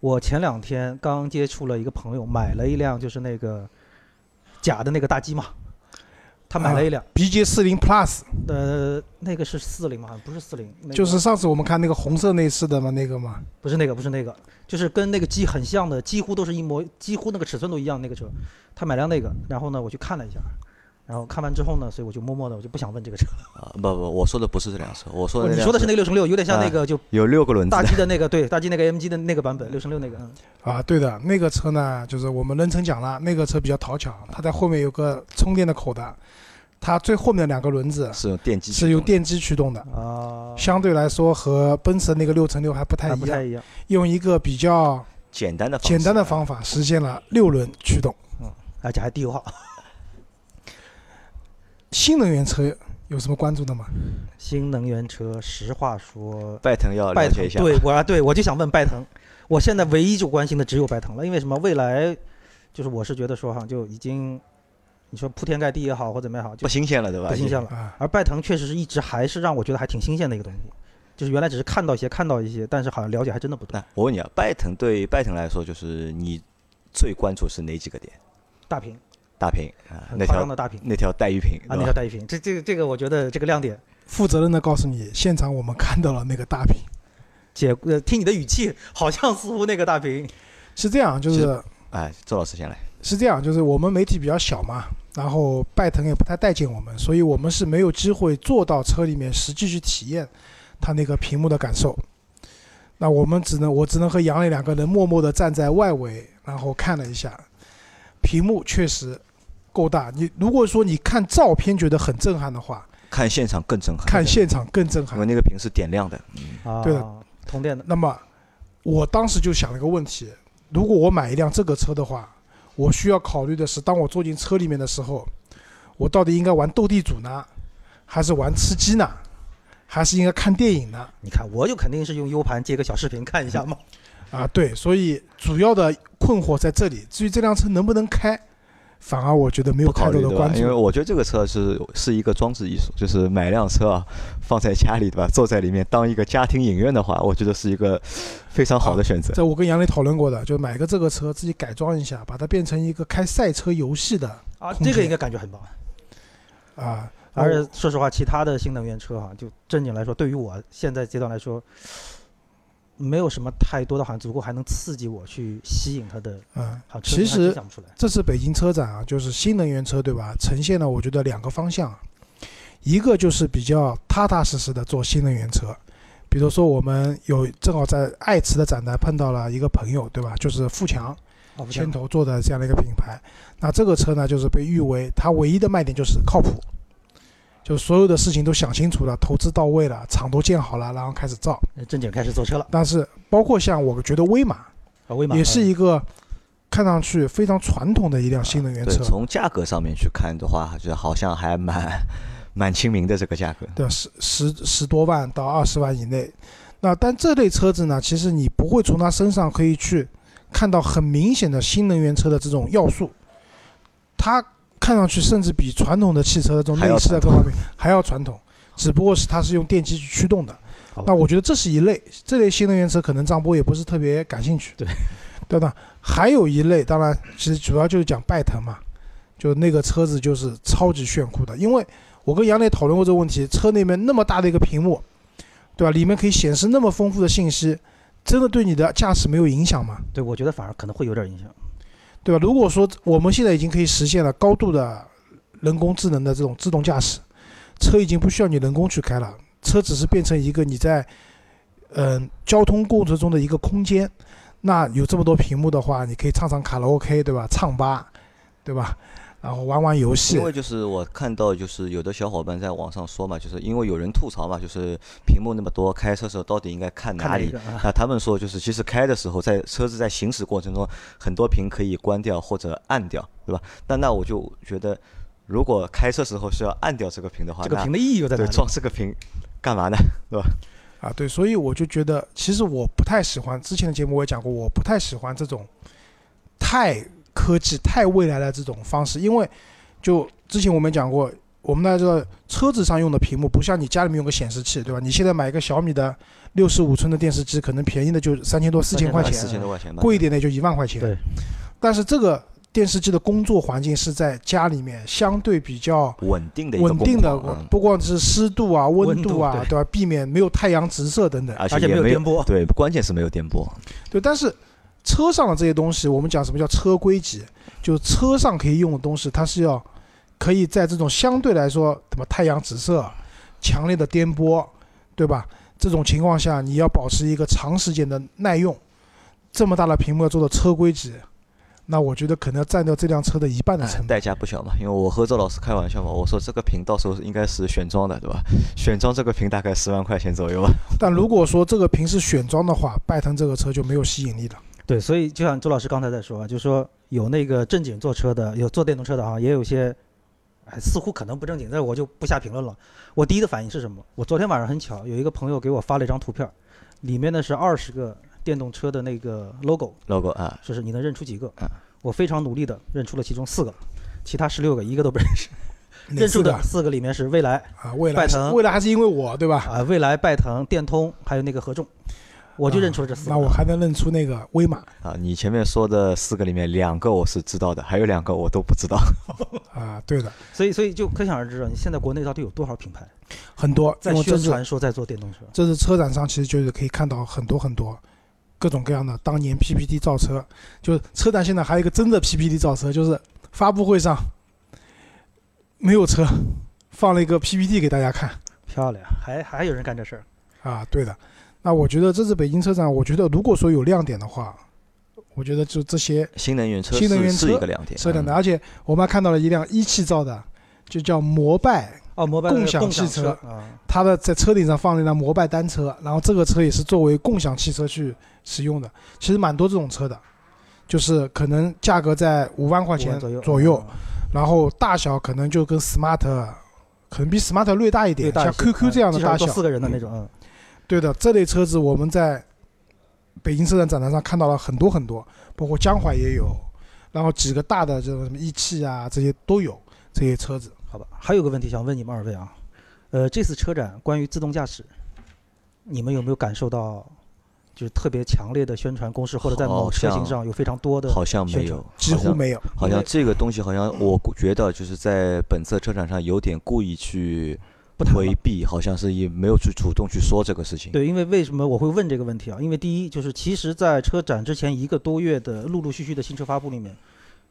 [SPEAKER 4] 我前两天刚接触了一个朋友，买了一辆就是那个假的那个大 G 嘛，他买
[SPEAKER 3] 啊
[SPEAKER 4] 了一辆，
[SPEAKER 3] BJ 四零 Plus
[SPEAKER 4] 呃，那个是四零嘛，好像不是四零、那个，
[SPEAKER 3] 就是上次我们看那个红色内饰的嘛，那个嘛，
[SPEAKER 4] 不是那个，不是那个，就是跟那个 G 很像的，几乎都是一模，几乎那个尺寸都一样那个车，他买辆那个，然后呢，我去看了一下。然后看完之后呢，所以我就默默的，我就不想问这个车了。
[SPEAKER 2] 啊，不不，我说的不是这辆车，我说的那
[SPEAKER 4] 哦你
[SPEAKER 2] 辆
[SPEAKER 4] 说的是那个六乘六，有点
[SPEAKER 3] 啊
[SPEAKER 4] 像那个就
[SPEAKER 2] 有六个轮子
[SPEAKER 4] 大 G 的那个，对，大 G 那个 MG 的那个版本，六乘六那个。嗯
[SPEAKER 3] 啊，对的，那个车呢，就是我们人称讲了，那个车比较讨巧，它在后面有个充电的口的，它最后面的两个轮子
[SPEAKER 2] 是用电机
[SPEAKER 3] 是
[SPEAKER 2] 驱
[SPEAKER 3] 用
[SPEAKER 2] 动的
[SPEAKER 3] 电机驱动的，
[SPEAKER 4] 啊，
[SPEAKER 3] 相对来说和奔驰的那个六乘六还不太
[SPEAKER 4] 还
[SPEAKER 3] 一
[SPEAKER 4] 不太
[SPEAKER 3] 样，
[SPEAKER 4] 一样。
[SPEAKER 3] 用一个比较
[SPEAKER 2] 简单的方
[SPEAKER 3] 简单的
[SPEAKER 2] 式啊
[SPEAKER 3] 方法实现了六轮驱动。
[SPEAKER 4] 而且还低油 耗。
[SPEAKER 3] 新能源车有什么关注的吗？
[SPEAKER 4] 新能源车，实话说，
[SPEAKER 2] 拜腾要
[SPEAKER 4] 拜
[SPEAKER 2] 了
[SPEAKER 4] 腾
[SPEAKER 2] 解一，下，
[SPEAKER 4] 对我啊，对我就想问拜腾，我现在唯一就关心的只有拜腾了，因为什么？未来就是我是觉得说哈，就已经你说铺天盖地也好，或怎么样也好，就
[SPEAKER 2] 不新鲜了，对吧？
[SPEAKER 4] 不新鲜了。
[SPEAKER 3] 啊，
[SPEAKER 4] 而拜腾确实是一直还是让我觉得还挺新鲜的一个东西，就是原来只是看到一些，看到一些，但是好像了解还真的不多。
[SPEAKER 2] 那我问你啊，拜腾对拜腾来说，就是你最关注是哪几个点？
[SPEAKER 4] 大屏，
[SPEAKER 2] 大屏啊，
[SPEAKER 4] 很
[SPEAKER 2] 那
[SPEAKER 4] 夸
[SPEAKER 2] 条
[SPEAKER 4] 张的大屏
[SPEAKER 2] 那条带鱼屏对
[SPEAKER 4] 啊，那
[SPEAKER 2] 吧
[SPEAKER 4] 条带鱼屏，这这个这个我觉得这个亮点，
[SPEAKER 3] 负责任的告诉你，现场我们看到了那个大屏，
[SPEAKER 4] 姐，呃，听你的语气，好像似乎那个大屏
[SPEAKER 3] 是这样，就是是
[SPEAKER 2] 哎，周老师先来。
[SPEAKER 3] 是这样，就是我们媒体比较小嘛，然后拜腾也不太待见我们，所以我们是没有机会坐到车里面实际去体验它那个屏幕的感受。那我们只能，我只能和杨磊两个人默默地站在外围，然后看了一下，屏幕确实够大。你如果说你看照片觉得很震撼的话，
[SPEAKER 2] 看现场更震撼，
[SPEAKER 3] 看现场更震
[SPEAKER 2] 因为
[SPEAKER 3] 撼。
[SPEAKER 2] 那个屏是点亮的，
[SPEAKER 4] 啊，
[SPEAKER 3] 对
[SPEAKER 4] 通电的，
[SPEAKER 3] 那么我当时就想了个问题：如果我买一辆这个车的话，我需要考虑的是，当我坐进车里面的时候，我到底应该玩斗地主呢，还是玩吃鸡呢，还是应该看电影呢？
[SPEAKER 4] 你看我就肯定是用 U 盘接个小视频看一下嘛。
[SPEAKER 3] 啊，对，所以主要的困惑在这里。至于这辆车能不能开，反而我觉得没有
[SPEAKER 2] 不
[SPEAKER 3] 太
[SPEAKER 2] 考
[SPEAKER 3] 多
[SPEAKER 2] 虑
[SPEAKER 3] 的
[SPEAKER 2] 对吧
[SPEAKER 3] 关？
[SPEAKER 2] 因为
[SPEAKER 3] 注。
[SPEAKER 2] 我觉得这个车是是一个装置艺术，就是买辆车啊，放在家里对吧，坐在里面当一个家庭影院的话，我觉得是一个非常好的选择。
[SPEAKER 3] 这我跟杨磊讨论过的，就买个这个车自己改装一下，把它变成一个开赛车游戏的
[SPEAKER 4] 啊，
[SPEAKER 3] 空
[SPEAKER 4] 这个
[SPEAKER 3] 间
[SPEAKER 4] 应该感觉很棒。哦
[SPEAKER 3] 啊，
[SPEAKER 4] 而且说实话，其他的新能源车哈、就正经来说，对于我现在阶段来说，没有什么太多的，好像足够还能刺激我去吸引它的。
[SPEAKER 3] 嗯，
[SPEAKER 4] 好，车
[SPEAKER 3] 其
[SPEAKER 4] 型还真
[SPEAKER 3] 实
[SPEAKER 4] 想不出来。
[SPEAKER 3] 这次北京车展啊，就是新能源车对吧？呈现了我觉得两个方向，啊一个就是比较踏踏实实的做新能源车，比如说我们有正好在爱驰的展台碰到了一个朋友对吧？就是富强
[SPEAKER 4] 哦，不
[SPEAKER 3] 牵
[SPEAKER 4] 行，
[SPEAKER 3] 头做的这样的一个品牌。那这个车呢，就是被誉为它唯一的卖点就是靠谱，就是所有的事情都想清楚了，投资到位了，厂都建好了，然后开始造。
[SPEAKER 4] 呃正经开始坐车了。
[SPEAKER 3] 但是包括像我觉得威马
[SPEAKER 4] 啊，威马
[SPEAKER 3] 也是
[SPEAKER 4] 嗯
[SPEAKER 3] 一个看上去非常传统的一辆新能源
[SPEAKER 2] 啊对，
[SPEAKER 3] 车，
[SPEAKER 2] 从价格上面去看的话，就是好像还蛮蛮亲民的这个价格。
[SPEAKER 3] 对，十十十多万到二十万以内。那但这类车子呢，其实你不会从它身上可以去看到很明显的新能源车的这种要素，它看上去甚至比传统的汽车的这种
[SPEAKER 2] 还要
[SPEAKER 3] 内饰的啊各方面还要传统，只不过是它是用电机去驱动的。
[SPEAKER 4] 好吧
[SPEAKER 3] 那我觉得这是一类，这类新能源车可能张波也不是特别感兴趣。
[SPEAKER 4] 对，
[SPEAKER 3] 对吧？还有一类，当然其实主要就是讲拜腾嘛，就那个车子就是超级炫酷的，因为我跟杨磊讨论过这个问题，车那边那么大的一个屏幕，对吧？里面可以显示那么丰富的信息，真的对你的驾驶没有影响吗？
[SPEAKER 4] 对我觉得反而可能会有点影响。
[SPEAKER 3] 对吧？如果说我们现在已经可以实现了高度的人工智能的这种自动驾驶，车已经不需要你人工去开了，车只是变成一个你在嗯、交通过程中的一个空间。那有这么多屏幕的话，你可以唱唱卡拉 OK，对吧？唱吧，对吧？然后玩玩游戏
[SPEAKER 2] 因，为就是我看到就是有的小伙伴在网上说嘛，就是因为有人吐槽嘛，就是屏幕那么多，开车时候到底应该看
[SPEAKER 4] 看
[SPEAKER 2] 哪
[SPEAKER 4] 哪一
[SPEAKER 2] 里
[SPEAKER 4] 个？ 啊？
[SPEAKER 2] 那他们说，就是其实开的时候，在车子在行驶过程中，很多屏可以关掉或者按掉，对吧？但那我就觉得，如果开车时候是要按掉这个屏的话，
[SPEAKER 4] 这个
[SPEAKER 2] 那
[SPEAKER 4] 屏的意义又在哪
[SPEAKER 2] 对
[SPEAKER 4] 里？
[SPEAKER 2] 装这个屏干嘛呢？
[SPEAKER 3] 啊，对，所以我就觉得，其实我不太喜欢之前的节目我也讲过，我不太喜欢这种太科技、太未来的这种方式，因为就之前我们讲过，我们大家知道车子上用的屏幕不像你家里面用个显示器，对吧？你现在买一个小米的六十五寸的电视机，可能便宜的就三千多、四千块
[SPEAKER 4] 3000
[SPEAKER 2] 四
[SPEAKER 3] 钱，
[SPEAKER 2] 千多块钱吧，
[SPEAKER 3] 贵一点的就一万块钱。
[SPEAKER 4] 对。
[SPEAKER 3] 但是这个电视机的工作环境是在家里面相对比较
[SPEAKER 2] 稳定的一个
[SPEAKER 3] 稳定的
[SPEAKER 2] 工况，嗯
[SPEAKER 3] 不管是湿度啊、温
[SPEAKER 4] 温
[SPEAKER 3] 度
[SPEAKER 4] 度
[SPEAKER 3] 啊，
[SPEAKER 4] 对
[SPEAKER 3] 对吧？避免没有太阳直射等等。
[SPEAKER 2] 而
[SPEAKER 4] 而且
[SPEAKER 2] 也
[SPEAKER 4] 没有
[SPEAKER 2] 没
[SPEAKER 4] 颠簸
[SPEAKER 2] 对，关键是没有颠簸，
[SPEAKER 3] 对，但是车上的这些东西，我们讲什么叫车规级，就是车上可以用的东西，它是要可以在这种相对来说，什么太阳直射、强烈的颠簸，对吧？这种情况下，你要保持一个长时间的耐用，这么大的屏幕要做到车规级，那我觉得可能要占掉这辆车的一半的成 本。
[SPEAKER 2] 代价不小嘛。因为我和周老师开玩笑嘛，我说这个屏到时候应该是选装的，对吧？选装这个屏大概十万块钱左 右吧。
[SPEAKER 3] 但如果说这个平时选装的话，拜腾这个车就没有吸引力了。
[SPEAKER 4] 对，所以就像周老师刚才在说啊，就是说有那个正经坐车的，有坐电动车的啊哈，也有些，哎，似乎可能不正经，但我就不下评论了。我第一的反应是什么？我昨天晚上很巧，有一个朋友给我发了一张图片儿，里面呢是二十个电动车的那个 logo，
[SPEAKER 2] logo 啊，
[SPEAKER 4] 说是你能认出几个
[SPEAKER 2] 嗯？
[SPEAKER 4] 我非常努力的认出了其中四个，其他十六个一个都不认识。
[SPEAKER 3] 哪
[SPEAKER 4] 认出
[SPEAKER 3] 次的
[SPEAKER 4] 的四个里面是蔚来
[SPEAKER 3] 啊，未来
[SPEAKER 4] 拜腾
[SPEAKER 3] 未来还是因为我对吧？
[SPEAKER 4] 啊、蔚来、拜腾、电通，还有那个合众，我就认出了这四个。
[SPEAKER 3] 啊那我还能认出那个威马。
[SPEAKER 2] 啊，你前面说的四个里面，两个我是知道的，还有两个我都不知道。
[SPEAKER 3] 啊，对的，
[SPEAKER 4] 所以所以就可想而知啊，你现在国内到底有多少品牌
[SPEAKER 3] 很多，
[SPEAKER 4] 在
[SPEAKER 3] 因为这
[SPEAKER 4] 宣
[SPEAKER 3] 是
[SPEAKER 4] 传说在做电动车？
[SPEAKER 3] 这次车展上其实就是可以看到很多很多各种各样的当年 PPT 造车，就是车展现在还有一个真的 PPT 造车，就是发布会上没有车，放了一个 PPT 给大家看
[SPEAKER 4] 漂亮，还还有人干这事儿。
[SPEAKER 3] 啊，对的。那我觉得这次北京车展，我觉得如果说有亮点的话，我觉得就这些
[SPEAKER 2] 新能源车
[SPEAKER 3] 新能
[SPEAKER 2] 是
[SPEAKER 3] 源
[SPEAKER 2] 是
[SPEAKER 3] 车
[SPEAKER 2] 一个亮点，
[SPEAKER 3] 车展的，
[SPEAKER 2] 嗯
[SPEAKER 3] 而且我们还看到了一辆一汽造的，就叫摩拜，
[SPEAKER 4] 哦，摩拜的
[SPEAKER 3] 共享
[SPEAKER 4] 共
[SPEAKER 3] 汽
[SPEAKER 4] 享
[SPEAKER 3] 车
[SPEAKER 4] 啊，
[SPEAKER 3] 它的在车顶上放了一辆摩拜单车，然后这个车也是作为共享汽车去使用的。其实蛮多这种车的，就是可能价格在五万块
[SPEAKER 4] 5万
[SPEAKER 3] 钱
[SPEAKER 4] 左右
[SPEAKER 3] 左右，
[SPEAKER 4] 啊
[SPEAKER 3] 然后大小可能就跟 smart 可能比 smart 略大一点，
[SPEAKER 4] 略大一
[SPEAKER 3] 像
[SPEAKER 4] 些嗯
[SPEAKER 3] QQ 这样的
[SPEAKER 4] 至少
[SPEAKER 3] 大
[SPEAKER 4] 坐
[SPEAKER 3] 小。
[SPEAKER 4] 四个人的那种，嗯，
[SPEAKER 3] 对的，这类车子我们在北京车展展台上看到了很多很多，包括江淮也有，然后几个大的这种什么一汽啊这些都有这些车子。
[SPEAKER 4] 好吧。还有个问题想问你们二位啊，呃，这次车展关于自动驾驶，你们有没有感受到就是特别强烈的宣传攻势，或者在某
[SPEAKER 2] 好
[SPEAKER 4] 车型
[SPEAKER 2] 像
[SPEAKER 4] 上有非常多的
[SPEAKER 2] 嗯好像没
[SPEAKER 4] 宣传
[SPEAKER 2] 有，
[SPEAKER 3] 几
[SPEAKER 2] 好像
[SPEAKER 3] 乎没有。
[SPEAKER 2] 好
[SPEAKER 4] 因
[SPEAKER 2] 像
[SPEAKER 4] 为
[SPEAKER 2] 这个东西好像我估觉得就是在本次车展上有点故意去
[SPEAKER 4] 不谈了
[SPEAKER 2] 回避，好像是也没有去主动去说这个事情。
[SPEAKER 4] 对，因为为什么我会问这个问题啊？因为第一就是，其实，在车展之前一个多月的陆陆续续的新车发布里面，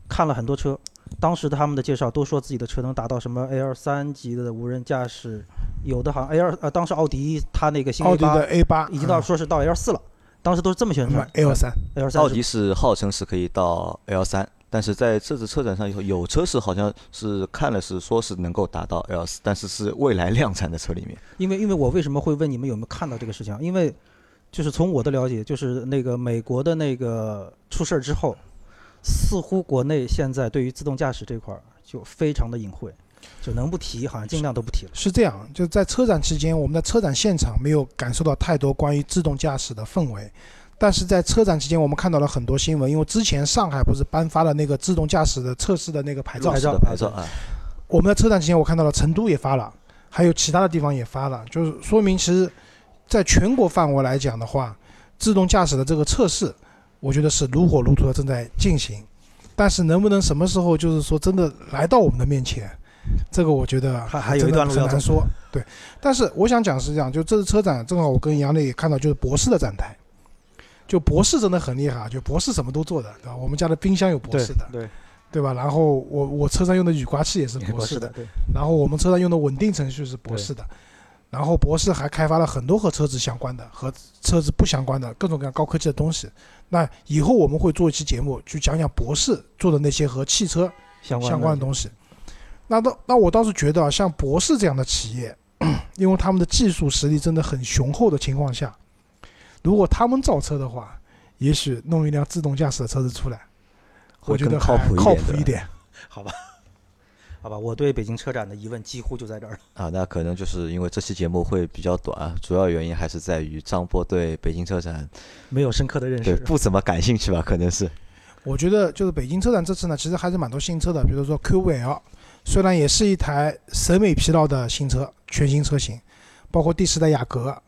[SPEAKER 4] 看了很多车，当时他们的介绍都说自己的车能达到什么 L 三级的无人驾驶，有的好像 L 呃，当时奥迪它那个新
[SPEAKER 3] 奥
[SPEAKER 4] A
[SPEAKER 3] 迪的嗯
[SPEAKER 4] 八
[SPEAKER 3] A 八
[SPEAKER 4] 已经到说是到 L 四了，当时都是这么宣
[SPEAKER 3] 什么
[SPEAKER 4] 传
[SPEAKER 3] L 三，
[SPEAKER 4] L 三。
[SPEAKER 2] 奥迪是号称是可以到 L 三，但是在这次车展上以后，有车是好像是看了是说是能够达到 L 四，但是是未来量产的车里面。
[SPEAKER 4] 因为因为我为什么会问你们有没有看到这个事情啊？因为就是从我的了解，就是那个美国的那个出事儿之后，似乎国内现在对于自动驾驶这块儿就非常的隐晦，就能不提好像尽量都不提了。
[SPEAKER 3] 是这样，就在车展期间，我们的车展现场没有感受到太多关于自动驾驶的氛围，但是在车展期间，我们看到了很多新闻，因为之前上海不是颁发了那个自动驾驶的测试的那个牌照
[SPEAKER 4] 牌，
[SPEAKER 2] 是
[SPEAKER 4] 照
[SPEAKER 2] 的牌照啊，
[SPEAKER 3] 我们的车展期间我看到了成都也发了，还有其他的地方也发了，就是说明其实在全国范围来讲的话，自动驾驶的这个测试，我觉得是如火如荼的正在进行，但是能不能什么时候就是说真的来到我们的面前，这个我觉得
[SPEAKER 4] 还还有
[SPEAKER 3] 真
[SPEAKER 4] 一
[SPEAKER 3] 的
[SPEAKER 4] 段路要
[SPEAKER 3] 很
[SPEAKER 4] 走
[SPEAKER 3] 难说。对，但是我想讲是这样，就这次车展正好我跟杨磊也看到就是博士的展台。就博士真的很厉害啊，就博士什么都做的，对吧？我们家的冰箱有博士的，
[SPEAKER 4] 对，
[SPEAKER 3] 对吧？然后我我车上用的雨刮器也是博
[SPEAKER 4] 博
[SPEAKER 3] 士
[SPEAKER 4] 士
[SPEAKER 3] 的
[SPEAKER 4] 的，，对，
[SPEAKER 3] 然后我们车上用的稳定程序是博士的，然后博士还开发了很多和车子相关的、和车子不相关的各种各样高科技的东西。那以后我们会做一期节目，去讲讲博士做的那些和汽车
[SPEAKER 4] 相关
[SPEAKER 3] 相关的
[SPEAKER 4] 的
[SPEAKER 3] 东西。那倒那我倒是觉得啊，像博士这样的企业， 因为他们的技术实力真的很雄厚的情况下，如果他们造车的话，也许弄一辆自动驾驶的车子出来，我
[SPEAKER 2] 会
[SPEAKER 3] 觉得
[SPEAKER 2] 更靠
[SPEAKER 3] 还
[SPEAKER 2] 谱
[SPEAKER 3] 靠
[SPEAKER 2] 一
[SPEAKER 3] 谱
[SPEAKER 2] 点。
[SPEAKER 3] 一
[SPEAKER 2] 对吧
[SPEAKER 3] 点。
[SPEAKER 4] 好吧，我对北京车展的疑问几乎就在这儿了。
[SPEAKER 2] 啊，那可能就是因为这期节目会比较短，啊主要原因还是在于张波对北京车展
[SPEAKER 4] 没有深刻的认
[SPEAKER 2] 对
[SPEAKER 4] 识，
[SPEAKER 2] 不怎么感兴趣吧，可能是。
[SPEAKER 3] 我觉得就是北京车展这次呢，其实还是蛮多新车的，比如说 Q5L，虽然也是一台审美疲劳的新车，全新车型，包括第十代雅阁，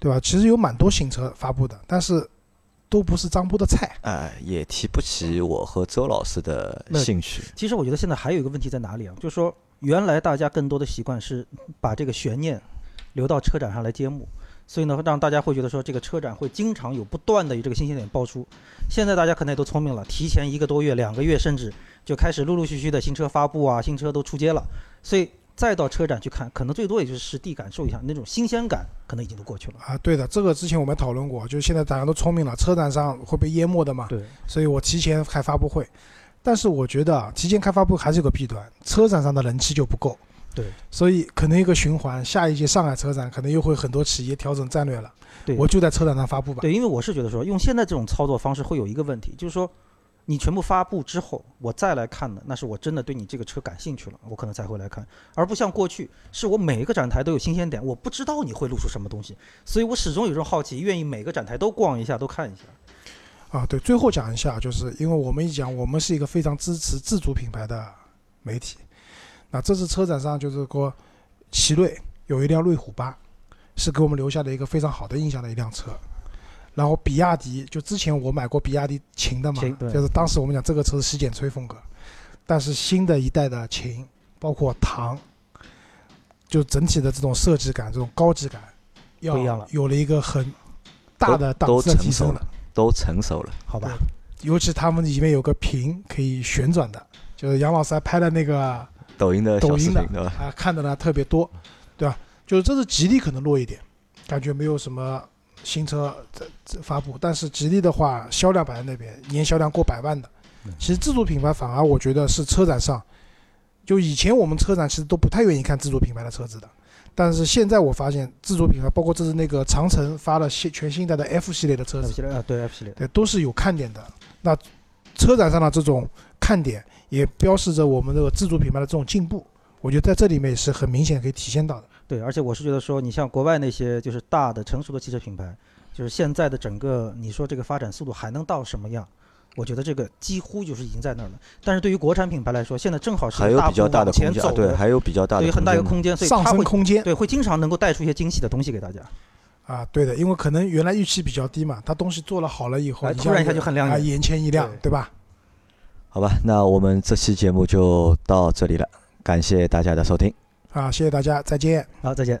[SPEAKER 3] 对吧？其实有蛮多新车发布的，但是都不是张波的菜。
[SPEAKER 2] 哎，也提不起我和周老师的
[SPEAKER 4] 那
[SPEAKER 2] 兴趣。
[SPEAKER 4] 其实我觉得现在还有一个问题在哪里啊？就是说，原来大家更多的习惯是把这个悬念留到车展上来揭幕，所以呢，让大家会觉得说这个车展会经常有不断的有这个新鲜点爆出。现在大家可能也都聪明了，提前一个多月、两个月，甚至就开始陆陆续续的新车发布啊，新车都出街了，所以再到车展去看，可能最多也就是实地感受一下那种新鲜感，可能已经都过去了。
[SPEAKER 3] 啊，对的，这个之前我们讨论过，就是现在大家都聪明了，车展上会被淹没的嘛，
[SPEAKER 4] 对，
[SPEAKER 3] 所以我提前开发布会。但是我觉得啊，提前开发布还是有个弊端，车展上的人气就不够。
[SPEAKER 4] 对，
[SPEAKER 3] 所以可能一个循环，下一届上海车展可能又会很多企业调整战略了。
[SPEAKER 4] 对
[SPEAKER 3] 我就在车展上发布吧。
[SPEAKER 4] 对，因为我是觉得说，用现在这种操作方式会有一个问题，就是说，你全部发布之后，我再来看呢，那是我真的对你这个车感兴趣了，我可能才会来看，而不像过去，是我每一个展台都有新鲜点，我不知道你会露出什么东西，所以我始终有一种好奇，愿意每个展台都逛一下，都看一下。
[SPEAKER 3] 啊，对，最后讲一下，就是因为我们一讲，我们是一个非常支持自主品牌的媒体。那这次车展上，就是说，奇瑞有一辆瑞虎八，是给我们留下了一个非常好的印象的一辆车。然后比亚迪，就之前我买过比亚迪秦的嘛
[SPEAKER 4] 秦，对
[SPEAKER 3] 就是当时我们讲这个车是洗剪吹风格，但是新的一代的秦，包括唐，就整体的这种设计感、这种高级感，要
[SPEAKER 4] 不一样了
[SPEAKER 3] 有了一个很大的档
[SPEAKER 2] 都
[SPEAKER 3] 次的提
[SPEAKER 2] 成熟
[SPEAKER 3] 升
[SPEAKER 2] 了都成熟了，
[SPEAKER 4] 好吧，
[SPEAKER 3] 尤其他们里面有个屏可以旋转的，就是杨老师还拍了那个啊，
[SPEAKER 2] 抖音的小
[SPEAKER 3] 抖
[SPEAKER 2] 视
[SPEAKER 3] 音
[SPEAKER 2] 频
[SPEAKER 3] 的
[SPEAKER 2] 对吧？
[SPEAKER 3] 看的呢特别多，对吧？就是这次吉利可能弱一点，感觉没有什么新车这这发布，但是吉利的话销量摆在那边，年销量过百万的，其实自主品牌反而我觉得是车展上，就以前我们车展其实都不太愿意看自主品牌的车子的。但是现在我发现，自主品牌包括这次那个长城发了新全新一代的 F 系列的车
[SPEAKER 4] 对
[SPEAKER 3] 子
[SPEAKER 4] 不，起啊，对 F 系列，
[SPEAKER 3] 对，都是有看点的。那车展上的这种看点，也标示着我们这个自主品牌的这种进步。我觉得在这里面也是很明显可以体现到的。
[SPEAKER 4] 对，而且我是觉得说，你像国外那些就是大的成熟的汽车品牌，就是现在的整个你说这个发展速度还能到什么样？我觉得这个几乎就是已经在那儿了。但是对于国产品牌来说，现在正好是
[SPEAKER 2] 还
[SPEAKER 4] 一
[SPEAKER 2] 有
[SPEAKER 4] 个大
[SPEAKER 2] 比较
[SPEAKER 4] 步
[SPEAKER 2] 大
[SPEAKER 4] 往
[SPEAKER 2] 的空
[SPEAKER 4] 前
[SPEAKER 2] 间，啊
[SPEAKER 4] 走
[SPEAKER 2] 对，
[SPEAKER 4] 的，
[SPEAKER 2] 还有比较大的
[SPEAKER 4] 对很大一个
[SPEAKER 2] 嘛
[SPEAKER 4] 空间，所以
[SPEAKER 3] 上
[SPEAKER 4] 它
[SPEAKER 3] 升
[SPEAKER 4] 会
[SPEAKER 3] 空间
[SPEAKER 4] 对会经常能够带出一些惊喜的东西给大家。
[SPEAKER 3] 啊、啊，对的，因为可能原来预期比较低嘛，他东西做了好了以后，
[SPEAKER 4] 哎突然一下
[SPEAKER 3] 子
[SPEAKER 4] 就很亮
[SPEAKER 3] 啊，
[SPEAKER 4] 眼
[SPEAKER 3] 眼前一亮，
[SPEAKER 4] 对
[SPEAKER 3] 对吧？
[SPEAKER 2] 好吧，那我们这期节目就到这里了，感谢大家的收听。
[SPEAKER 3] 啊，谢谢大家，再见。
[SPEAKER 4] 好，再见。